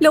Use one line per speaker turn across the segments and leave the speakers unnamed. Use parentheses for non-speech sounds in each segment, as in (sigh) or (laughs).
Lo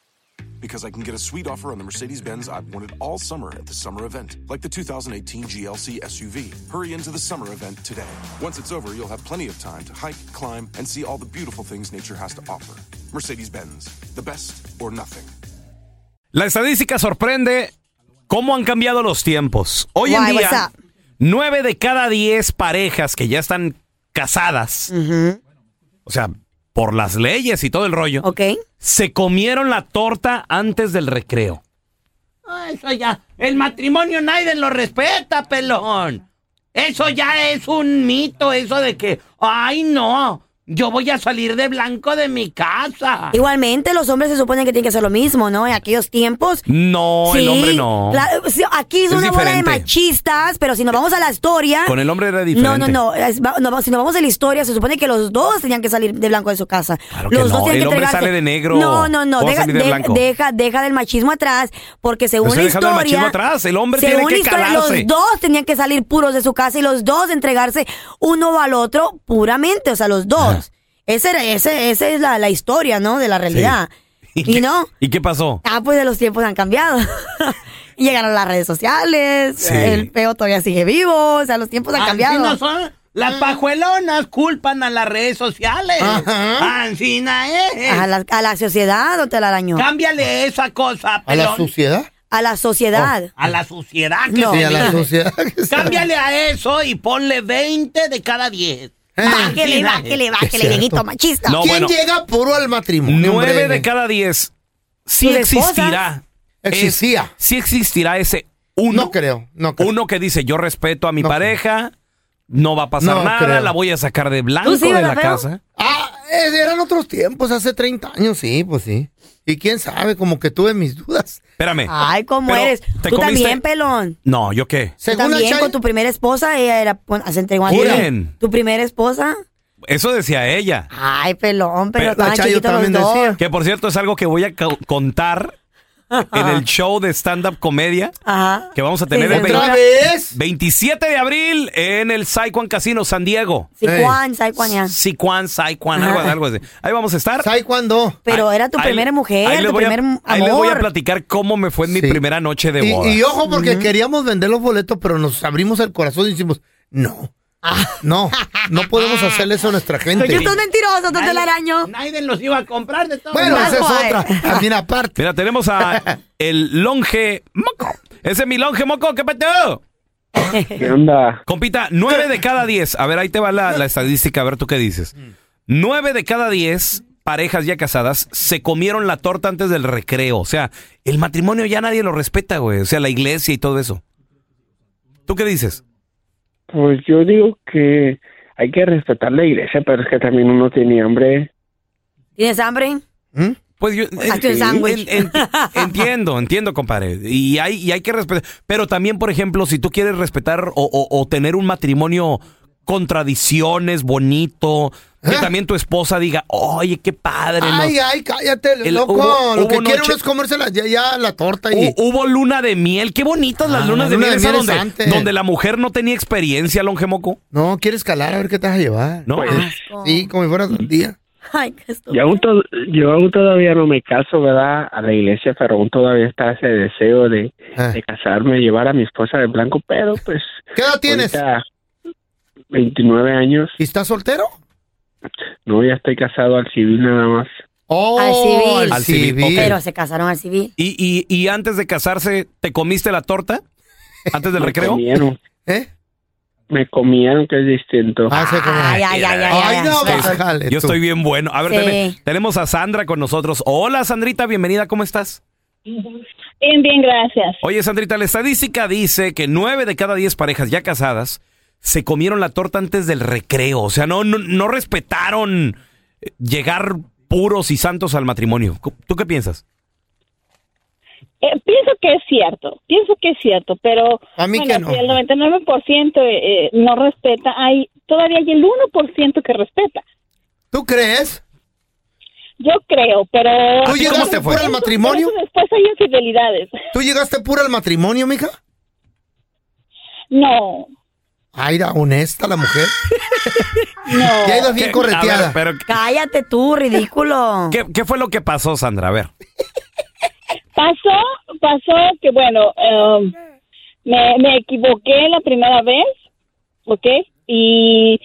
Because I can get a sweet offer on the Mercedes Benz I've wanted all summer at the summer event, like the 2018 GLC SUV. Hurry into the summer event today. Once it's over, you'll have plenty of time to hike, climb, and see all the beautiful things nature has to offer. Mercedes Benz, the best or nothing.
La estadística sorprende cómo han cambiado los tiempos. Hoy en
Why, what's
día,
up?
nueve de cada diez parejas que ya están casadas, o sea, por las leyes y todo el rollo,
Ok.
se comieron la torta antes del recreo.
Ah, Eso ya, el matrimonio nadie lo respeta, pelón. Eso ya es un mito, eso de que, ay no, yo voy a salir de blanco de mi casa.
Igualmente, los hombres se suponen que tienen que hacer lo mismo, ¿no? En aquellos tiempos.
No, el
Sí,
hombre no.
la- sí, aquí
Es
es, una bola de
diferente.
machistas, pero si nos vamos a la historia.
Con el hombre era
No,
diferente.
no, no, es- va- no, Si nos vamos a la historia, se supone que los dos tenían que salir de blanco de su casa.
Claro que
los
no,
dos tenían
el hombre
entregarse.
sale de negro,
No, no, no.
¿cómo
Deja,
salir de
de-
blanco?
deja, deja del machismo atrás, porque según
Estoy
la
dejando el
historia.
machismo atrás, el hombre
según
tiene que
la historia,
calarse.
Los dos tenían que salir puros de su casa y los dos entregarse uno al otro puramente, o sea, los dos. Ese era- ese- Esa es la, la historia, ¿no? De la realidad.
(laughs) ¿Y,
Y
qué,
no.
¿Y qué pasó?
Ah, pues de los tiempos han cambiado. (laughs) Llegaron las redes sociales,
Sí.
el peo todavía sigue vivo, o sea, los tiempos han
Así
cambiado. Mm.
no son. Las pajuelonas culpan a las redes sociales. Ancina es.
A la, a la sociedad, don Telaraño.
Cámbiale esa cosa,
¿A la
pelón.
suciedad?
A la
Oh,
sociedad.
a la suciedad. que
No.
se
Sí, a la
vive.
suciedad. que está-
Cámbiale a eso y ponle 20 de cada 10.
Bájele,
Así no es.
bájele, bájele,
cierto.
viejito machista.
eh. No,
Eh. ¿Quién
bueno.
llega puro al
Ah,
matrimonio? hombre?
Nueve de cada diez. Sí
Sus
existirá. es-
Existía.
sí existirá ese uno.
No creo, no creo.
Uno que dice, yo respeto a mi
No creo.
pareja, no va a pasar
No
nada,
creo.
la voy a sacar de blanco
¿Tú sí,
de
verdad,
la
feo?
casa.
Ah, eh, eran otros tiempos, hace 30 años, sí, pues sí. Y quién sabe, como que tuve mis dudas.
Espérame.
Ay, ¿cómo
Pero,
eres?
¿te
Tú
comiste?
también, pelón.
No, ¿yo qué?
Tú
Según la
también
Chayo-
con tu primera esposa, ella era, bueno, se entregó a ti.
Juren.
¿Tu primera esposa?
Eso decía ella.
Ay, pelón, pero
Pero-
estaban
la Chayo
chiquitos los
también
dos.
decía.
Que por cierto es algo que voy a co- contar en
(laughs)
el show de stand-up comedia
Ajá.
que vamos a
Sí,
tener el
seguro.
¿Otra
20
vez?
27 de abril en el Saipan Casino San Diego.
Sí,
Ey.
Juan, ¿sabes Juan ya?
Siquan, Saipan, algo,
Ajá.
algo así. Ahí vamos a estar.
¿Sabes cuándo?
Pero
Ahí-
era tu
ahí-
primera
ahí
mujer,
les
tu
voy a-
primer amor.
Ahí les voy a platicar cómo me fue en mi
Sí.
primera noche de
Y,
boda.
y ojo, porque queríamos vender los boletos, pero nos abrimos el corazón y dijimos, no, no, no podemos hacerle eso a nuestra gente.
Tú estás mentiroso, don
Nadie-
Telaraño.
Nadie los iba a comprar de todo.
Bueno, esa es
Ay.
otra, también aparte.
Mira, tenemos a
(laughs)
el longe moco. Ese es mi longe moco, ¿qué peteo?
¿Qué onda?
Compita, nueve de cada diez. A ver, ahí te va la, la estadística, a ver tú qué dices. Nueve de cada diez parejas ya casadas se comieron la torta antes del recreo. O sea, el matrimonio ya nadie lo respeta, güey. O sea, la iglesia y todo eso. ¿Tú qué dices?
Pues yo digo que hay que respetar la iglesia, pero es que también uno tiene hambre.
¿Tienes hambre?
Pues yo
Hazte un
en-
sándwich.
en- en- entiendo, entiendo, compadre. Y hay, y hay que respetar. Pero también, por ejemplo, si tú quieres respetar o, o- o tener un matrimonio con tradiciones, bonito, que también tu esposa diga, oye, qué padre. nos-
Ah. Ay, ay, cállate,
El-
loco.
hubo-
lo que
hubo
quiere
noche-
uno es comerse la, ya, ya la torta y.
Hu- Hubo luna de miel, qué bonitas las
Ah,
lunas de
luna
miel,
de
esa
miel es
donde,
antes.
donde la mujer no tenía experiencia, longe moco,
No, quieres calar a ver qué te vas a llevar.
¿no?
Pues, eh.
Sí, como si fueras un día.
Ay, qué estúpido.
Yo aún, to- yo aún todavía no me caso, ¿verdad? A la iglesia, pero aún todavía está ese deseo de,
Ah.
de casarme, llevar a mi esposa de blanco, pero pues...
¿Qué edad tienes?
ahorita, 29 años.
¿Y estás soltero?
No, ya estoy casado al civil nada más.
Oh,
Al civil.
Al civil, ok.
Pero se casaron al civil.
Y, y- y antes de casarse, ¿te comiste la torta? Antes del recreo.
Comieron.
¿Eh?
Me comieron, que es distinto.
Ah, sé cómo.
Ay, ay, ay, ay,
Ay,
ay,
no,
ay.
bájale
Yo
tú.
estoy bien bueno. A ver,
Sí.
tene- tenemos a Sandra con nosotros. Hola, Sandrita, bienvenida, ¿cómo estás?
Bien, bien, gracias.
Oye, Sandrita, la estadística dice que nueve de cada diez parejas ya casadas se comieron la torta antes del recreo. O sea, no, no, no respetaron eh, llegar puros y santos al matrimonio. Cu- ¿Tú qué piensas?
Eh, pienso que es cierto, pienso que es cierto, pero
A mí
bueno,
que no.
si el 99% eh, eh, no respeta, hay todavía hay el 1% que respeta.
¿Tú crees?
Yo creo, pero...
¿Tú llegaste
Pero
fuera del
eso-
matrimonio?
pero eso Después hay infidelidades.
¿Tú llegaste pura al matrimonio, mija?
No,
Ay, era honesta la mujer.
(laughs) no.
Ya ibas bien
¿Qué- a
correteada.
ver, pero,
Cállate tú, ridículo.
¿qué, qué fue lo que pasó, Sandra? A ver.
Pasó, pasó que bueno, em, me, me equivoqué la primera vez, ¿ok? Y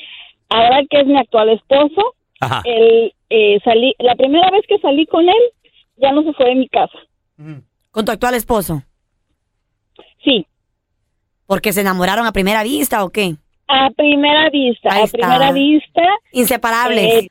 ahora que es mi actual esposo,
Ajá.
él, eh, salí, la primera vez que salí con él, ya no se fue de mi casa.
Con tu actual esposo.
Sí,
¿Porque se enamoraron a primera vista o qué?
a primera vista,
Ahí
a
está.
primera vista.
Inseparables.
eh,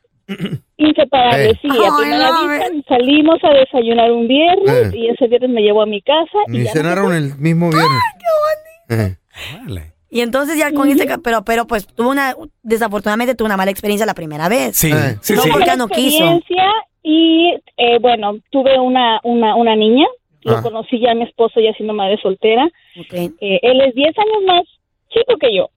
Inseparable,
Hey.
sí.
Ay,
A primera
no,
vista salimos a desayunar un viernes
Eh.
y ese viernes me llevó a mi casa. y
Ni
ya no se
cenaron
fue.
el mismo viernes. Eh.
Órale.
Y entonces ya con ese... ca- Pero, pero pues tuvo una... Desafortunadamente tuvo una mala experiencia la primera vez.
Sí,
Eh.
sí,
No,
sí.
Tuve
porque
la
no quiso.
experiencia Y eh, bueno, tuve una, una, una niña,
Ah.
lo conocí ya a mi esposo ya siendo madre soltera.
Ok.
Eh, él es 10 años más chico que yo.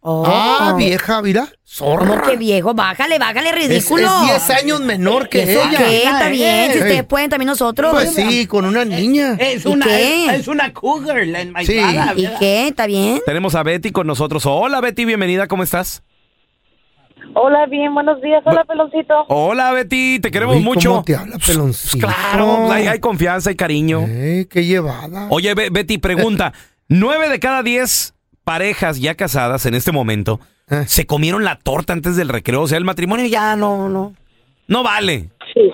Oh.
Eh, mm. Ah, vieja, mira.
¿Cómo
Zorro.
que viejo? Bájale, bájale,
Es
ridículo.
10 años menor que
¿Eso
ella.
qué? Está bien,
Ey.
si ustedes pueden, también nosotros.
Pues sí, con una niña.
Eh,
Es
¿Y
una,
qué?
es, es una cougar, la enmaizada.
¿Y
¿verdad?
qué? ¿Está bien?
Tenemos a Betty con nosotros. Hola, Betty, bienvenida, ¿cómo estás?
Hola, bien, buenos días.
Hola,
peloncito.
Hola, Betty, te queremos
Uy,
mucho.
¿Cómo
Pues,
te habla, peloncito?
Claro, hay, hay confianza y cariño.
Eh, qué llevada.
Oye, Be-
(laughs)
Betty, pregunta. Nueve de cada diez parejas ya casadas en este momento
Eh.
se comieron la torta antes del recreo. O sea, el matrimonio ya no, no. No vale.
Sí.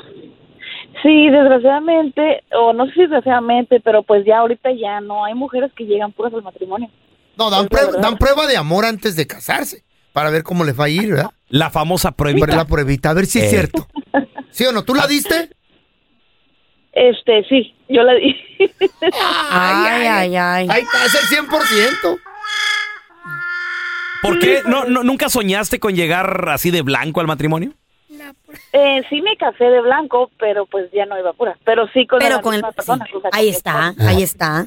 Sí, desgraciadamente, o no sé si desgraciadamente, pero pues ya ahorita ya no hay mujeres que llegan puras al matrimonio.
No, dan,
Es
prue-
verdad.
dan prueba de amor antes de casarse para ver cómo les va a ir, ¿verdad?
La famosa
Para
pruebita.
la pruebita, a ver si
Eh.
es cierto. ¿Sí o no? ¿Tú la diste?
Este, sí, yo la di.
Ay, ay, ay.
Ahí está, es el 100%.
¿Por qué? ¿No, no, ¿Nunca soñaste con llegar así de blanco al matrimonio?
Eh, sí me casé de blanco, pero pues ya no iba pura. Pero sí con
Pero
la
con el...
misma
sí.
persona. o sea,
Ahí
con-
está, ahí está.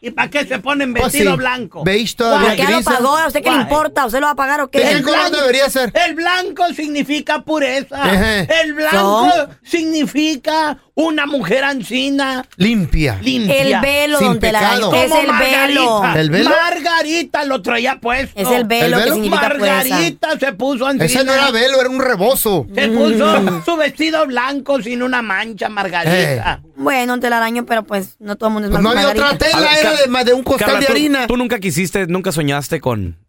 ¿Y para qué se ponen
Pues
vestido
sí.
blanco?
Beige
¿Por
todavía
qué lo
gris.
pagó? ¿A usted qué le
Guay.
importa? ¿Usted lo va a pagar o
¿De
qué?
qué color debería ser?
El blanco significa pureza.
Ejé.
El blanco
Son-
significa una mujer ancina,
Limpia.
limpia.
El velo,
Sin
don Telayo.
pecado.
Es
Como
el velo.
Margarita.
¿El velo?
Margarita lo traía puesto.
Es el velo
¿El
que
velo?
significa pureza.
Margarita se puso ancina.
Ese no era velo, era un rebozo.
Se
Mm.
puso su vestido blanco sin una mancha, Margarita.
Bueno, don Telaraño, pero pues no todo el mundo es
Pues
más
no había otra
A
tela,
ver,
era
Car-
de, ma- de un costal
Carla,
Pues de
tú-
harina.
Tú, nunca quisiste, nunca soñaste con,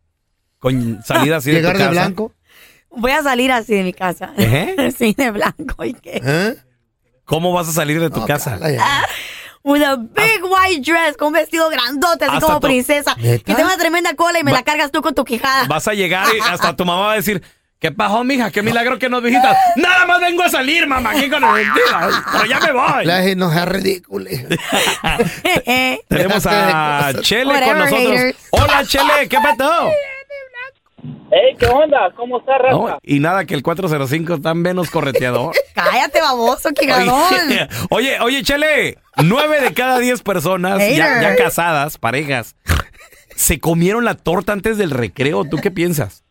con salir así de tu
Llegar de
casa?
blanco.
Voy a salir así de mi casa. (laughs)
Ejé.
Sí, de blanco y qué.
¿Eh?
¿Cómo vas a salir de tu
No,
casa?
Carla, ya.
With a big white dress, con un vestido grandote, así
Hasta
como
to-
princesa.
Ah. ¿Neta?
Y tengo una tremenda cola y me la cargas tú con tu quijada. (laughs)
Vas a llegar y hasta tu mamá va a decir, ¿qué pasó, mija? ¿Qué milagro que nos visitas? Nada más vengo a salir, mamá, aquí con el vestido, pero ya me voy.
La gente no sea
(laughs)
ridícula.
Eh,
Tenemos a Chele con
(laughs) Whatever,
nosotros.
haters.
(laughs)
Hola, Chele, ¿qué pasó?
Ey, ¿qué onda? ¿Cómo está, raza?
No, y nada, que el 405 está menos
(laughs)
correteador.
Cállate, baboso, Ah,
(laughs)
que
Oye, oye, oye, Chele, nueve de cada diez personas ya, ya
Hater.
casadas, parejas, se comieron la torta antes del recreo. ¿Tú qué piensas?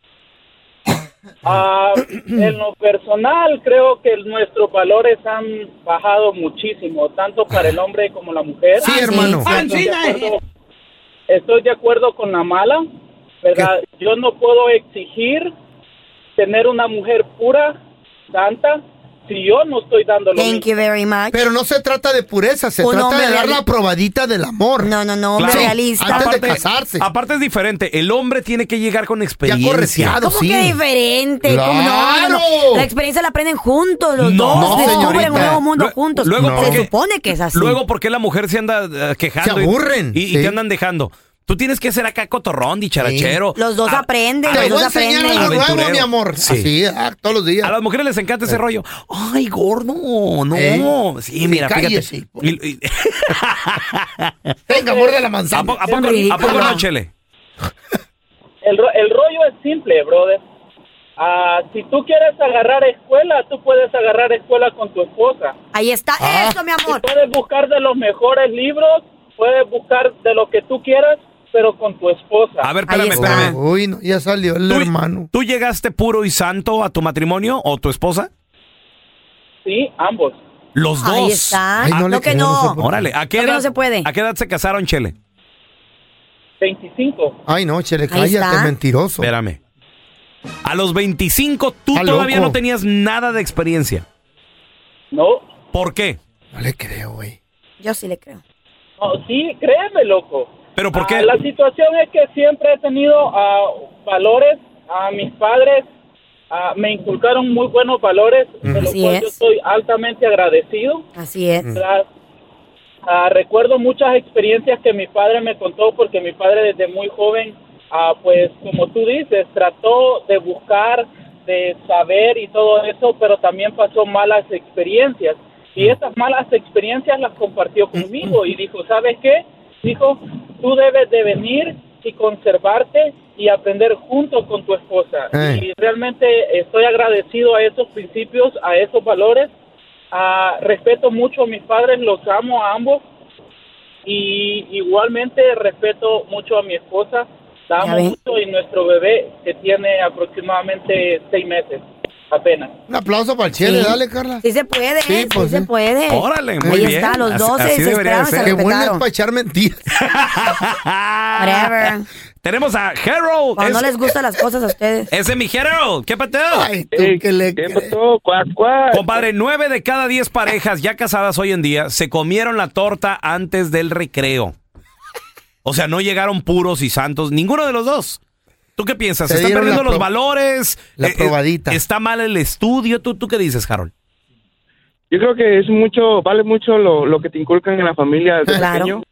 (clears throat)
Ah, en lo personal, creo que nuestros valores han bajado muchísimo, tanto para el hombre como la mujer.
Sí, hermano.
Estoy de acuerdo, estoy de acuerdo con la mala, ¿verdad? Yo no puedo exigir tener una mujer pura, santa, si yo no estoy dando lo
Thank you very much.
Pero no se trata de pureza, se
Un
trata
hombre
de dar
real-
la probadita del amor.
No, no, no, hombre
Claro.
realista.
Antes de casarse.
Aparte es diferente, el hombre tiene que llegar con experiencia.
correteado.
¿Cómo
sí.
que diferente? ¿Cómo? No, no, no.
¡Claro!
La experiencia la aprenden juntos los
No,
dos. Descubren un
señorita.
nuevo mundo
Lue-
juntos.
luego
Se
porque-
supone que es así.
Luego, ¿por qué la mujer se anda eh, quejando?
Se
y-
aburren,
Y, y
sí.
te andan dejando. Tú tienes que ser acá cotorrón, dicharachero. Ah,
los dos
A-
aprenden,
Te voy
los dos
a enseñar
aprenden.
algo nuevo,
Aventurero.
mi amor.
Sí.
Así, ah, todos los días.
A las mujeres les encanta ese rollo. Ay, gordo, no.
Eh.
Sí, mira,
Sí,
fíjate.
cállese. pues.
Y- y-
Venga, muerde la
¿A, po-
manzana.
a poco,
ridículo.
a poco no, Chele?
El, ro- el rollo es simple, brother. Ah, si tú quieres agarrar escuela, tú puedes agarrar escuela con tu esposa.
Ahí está
Ah.
eso, mi amor.
Puedes buscar de los mejores libros, puedes buscar de lo que tú quieras, pero con tu esposa.
A ver,
Ahí
espérame,
está.
espérame.
Ah, Uy, no, ya salió el
¿Tú,
hermano.
¿Tú llegaste puro y santo a tu matrimonio o tu esposa?
Sí, ambos.
Los dos.
Ahí está.
Ay, no
no,
le
que
creo, no
no.
sé por-
Órale, ¿a qué
Lo que
edad?
no se puede.
¿A qué edad se casaron, Chele?
25.
Ay, no, chele,
Ahí está.
cállate, mentiroso.
Espérame. A los 25 tú
Está
todavía
loco.
no tenías nada de experiencia.
No,
¿Por qué?
No le creo, güey.
Yo sí le creo.
no, sí, créeme, loco.
¿Pero por
Ah,
qué?
la situación es que siempre he tenido ah, valores. A mis padres ah, me inculcaron muy buenos valores, de los
Así
cuales
es.
yo estoy altamente agradecido.
Así
Mm.
es.
¿verdad? Mm. Ah, recuerdo muchas experiencias que mi padre me contó porque mi padre desde muy joven, ah, pues como tú dices, trató de buscar, de saber y todo eso, pero también pasó malas experiencias. Y esas malas experiencias las compartió conmigo y dijo, ¿sabes qué? Dijo, tú debes de venir y conservarte y aprender junto con tu esposa.
Eh.
Y realmente estoy agradecido a esos principios, a esos valores Ah, respeto mucho a mis padres, los amo a ambos. Y igualmente respeto mucho a mi esposa, la
Ya
amo
ves.
mucho y nuestro bebé que tiene aproximadamente seis meses apenas.
Un aplauso para el chele,
Sí.
dale, Carla.
Sí se puede,
Sí,
sí,
pues,
se
sí.
puede.
Órale, muy
Ahí
bien.
está, los
Así-
dos se
así debería
esperaron,
de
se
ser.
Qué bueno es
respetaron.
para echar mentiras.
(laughs)
Whatever.
Tenemos a Harold.
Cuando
Es-
no les gustan las cosas a ustedes.
Ese es mi Harold. ¿Qué pateo?
Ay, tú que le crees.
Compadre, nueve de cada diez parejas ya casadas hoy en día se comieron la torta antes del recreo. O sea, no llegaron puros y santos, ninguno de los dos. ¿Tú qué piensas?
Se
¿Se están
dieron
perdiendo
la
los
pro-
valores? Eh,
la probadita.
¿Está mal el estudio? ¿Tú, tú qué dices, Harold?
Yo creo que es mucho, vale mucho lo, lo que te inculcan en la familia desde
Claro.
pequeño.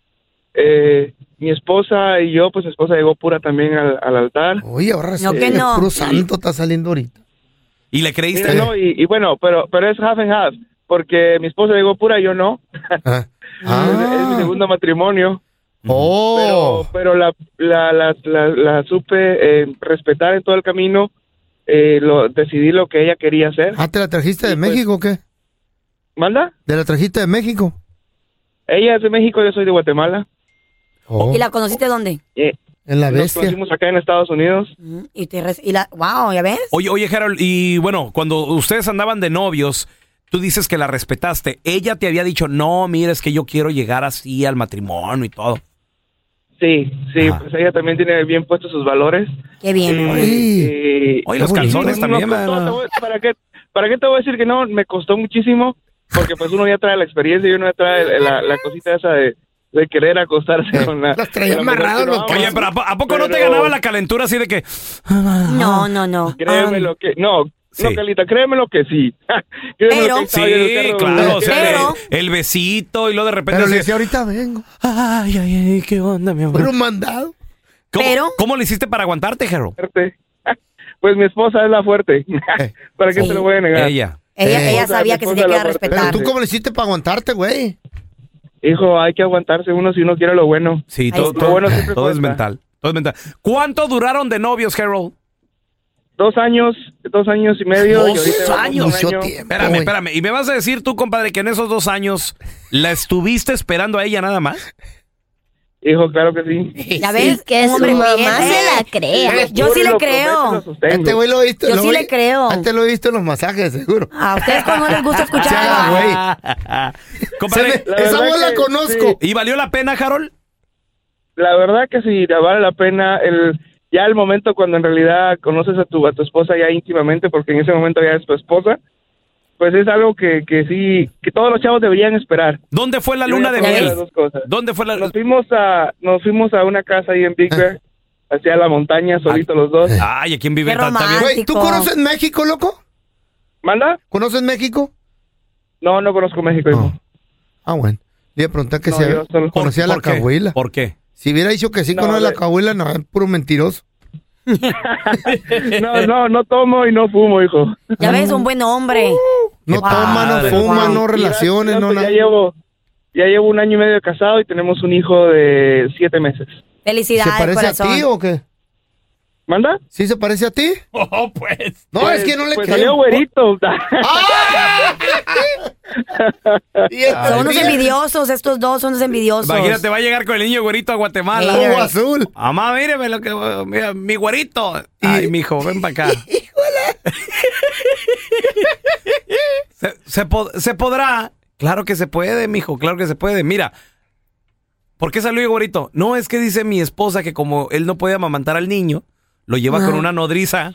Eh, mi esposa y yo, pues mi esposa llegó pura también al, al altar.
Oye, ahora resulta
que
que
no.
puro santo está saliendo ahorita.
¿Y le creíste?
Mira, no, y, y bueno, pero pero es half and half, porque mi esposa llegó pura y yo no.
Ah.
Es, es mi
Ah.
segundo matrimonio.
Oh.
Pero, pero la, la, la, la, la supe eh, respetar en todo el camino. Eh, lo, decidí lo que ella quería hacer.
Ah, ¿te la trajiste de
Sí, pues.
México o qué?
¿Manda?
¿Te la trajiste de México?
Ella es de México, yo soy de Guatemala.
Oh,
¿Y la conociste dónde?
Eh,
en la
nos
bestia.
conocimos acá en Estados Unidos.
Mm, Y te res- y la wow, ¿ya ves?
Oye, oye, Harold, y bueno, cuando ustedes andaban de novios, tú dices que la respetaste. Ella te había dicho, no, mira, es que yo quiero llegar así al matrimonio y todo.
Sí, sí,
Ah.
Ajá.
pues ella también tiene bien puestos sus valores.
Qué bien.
Eh,
amor.
eh,
Oye, los
pues,
calzones
no,
también,
no,
¿verdad?
te voy- ¿para, qué, ¿Para qué te voy a decir que no? Me costó muchísimo, porque pues uno ya trae la experiencia y uno ya trae el- la, la cosita esa de, de querer acostarse con la...
Las traía
con la mujer
amarradas
que
los
no ama.
Oye, pero ¿a, po- a poco no te
Pero-
ganaba la calentura así de que...
No, no, no. Ah,
Créeme lo que... No,
Sí.
no, Calita, créeme lo que sí. (laughs) Créeme
Pero-
lo que
Sí,
estaba yo en el carro,
claro, o sea,
Pero-
el, el besito y luego de repente...
Pero le
así-
decía, ahorita vengo.
Ay, ay, ay, qué onda, mi amor.
Pero mandado.
¿Cómo,
pero-
¿Cómo le hiciste para aguantarte, Harold?
fuerte. (laughs) Pues mi esposa es la fuerte. (laughs) ¿Para qué
Sí.
te lo voy a negar?
Ella.
Ella,
Eh.
ella
O sea,
sabía
mi
que se tenía
esposa
que
la
dar a
parte-
Pero
respetar.
tú, ¿cómo le hiciste para aguantarte, güey?
Hijo, hay que aguantarse uno si uno quiere lo bueno.
Sí,
Ahí
todo,
está.
todo-
Lo bueno siempre
todo es
cuenta.
mental. Todo es mental. ¿Cuánto duraron de novios, Harold?
dos años, dos años y medio. y ahorita
Dos
llevamos un
años.
año.
Espérame, espérame. ¿Y me vas a decir tú, compadre, que en esos dos años la estuviste esperando a ella nada más?
Hijo, claro que sí.
¿Ya ves?
que su
Hombre,
mamá
bien,
se
¿eh?
la crea.
Yo sí le creo.
Este güey lo he visto.
Yo
lo
sí
he-
le creo.
a Este lo he visto en los masajes, seguro.
A ustedes como no les gusta escuchar.
(laughs) compadre,
La esa verdad voz la que conozco.
¿Y valió la pena, Harold?
La verdad que sí, ya vale la pena el ya el momento cuando en realidad conoces a tu a tu esposa ya íntimamente, porque en ese momento ya es tu esposa, pues es algo que, que sí, que todos los chavos deberían esperar.
¿Dónde fue la
Yo
luna
ya
de
probé las
miel?
dos cosas.
¿Dónde fue la
Nos fuimos a nos fuimos a una casa ahí en Big Bear,
Ah.
hacia la montaña, solitos los dos.
(laughs) Ay, ¿a quién vive
Qué tanta vida?
Güey, ¿tú
romántico.
conoces México, loco?
¿Manda?
¿Conoces México?
No, no conozco México.
Ah, bueno. Le iba a preguntar que
No,
si
yo solo-
conocía a
¿Por-
la
por qué?
cabuela.
¿Por qué?
Si hubiera dicho que sí
No,
conoce a la
de-
cabuela, no, es puro mentiroso.
No, no, no tomo y no fumo, hijo.
Ya ves, un buen hombre.
Uh. No toma, no
padre.
fuma, no
Mira,
relaciones,
mira,
no
pues
nada.
Ya llevo, ya llevo un año y medio de casado y tenemos un hijo de siete meses.
Felicidades,
¿Se parece
corazón.
a ti o qué?
¿Manda?
¿Sí se parece a ti?
Oh, pues.
No,
Pues-
es que no le
pues
creo.
salió güerito. (laughs)
Son unos envidiosos, estos dos son unos envidiosos.
Imagínate, va a llegar con el niño güerito a Guatemala.
Eh.
Mira. Ojo
azul.
Mamá, míreme lo que. mira, mi güerito. Ay, mijo, ven para acá. se, se po- se podrá. Claro que se puede, mijo, claro que se puede. Mira. ¿Por qué salió el güerito? No, es que dice mi esposa que como él no puede amamantar al niño, lo lleva con
Ajá.
una
(laughs)
nodriza.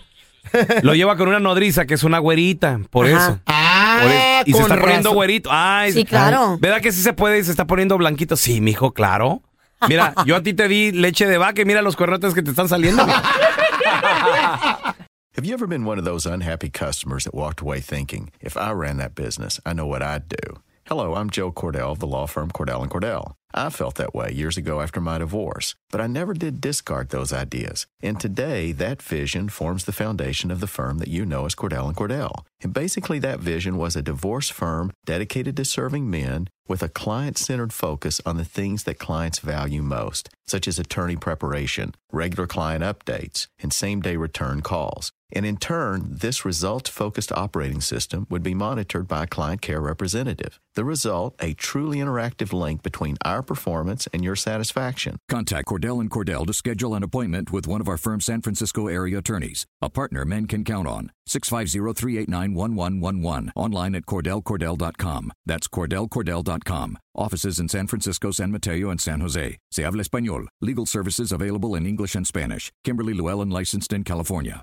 Lo lleva con una nodriza que es una güerita, por
Ajá. Ah,
eso. Por eso. Y se
con
está poniendo
razón.
güerito. Ay,
Sí, claro.
ay, ¿Verdad que sí se puede y se está poniendo blanquito? Sí, mijo, claro. Mira, yo a ti te di leche de vaca y mira los cuernotes que te están saliendo. mijo.
Have you ever been one of those unhappy customers that walked away thinking, if I ran that business, I know what I'd do? Hello, I'm Joe Cordell of the law firm Cordell and Cordell. I felt that way years ago after my divorce, but I never did discard those ideas. And today, that vision forms the foundation of the firm that you know as Cordell and Cordell. And basically, that vision was a divorce firm dedicated to serving men with a client centered focus on the things that clients value most, such as attorney preparation, regular client updates, and same day return calls. And in turn, this results focused operating system would be monitored by a client care representative. The result, a truly interactive link between our performance and your satisfaction.
Contact Cordell and Cordell to schedule an appointment with one of our firm's San Francisco area attorneys, a partner men can count on. 650-389-1111. Online at cordellcordell.com. That's cordellcordell.com. Offices in San Francisco, San Mateo, and San Jose. Se habla español. Legal services available in English and Spanish. Kimberly Llewellyn licensed in California.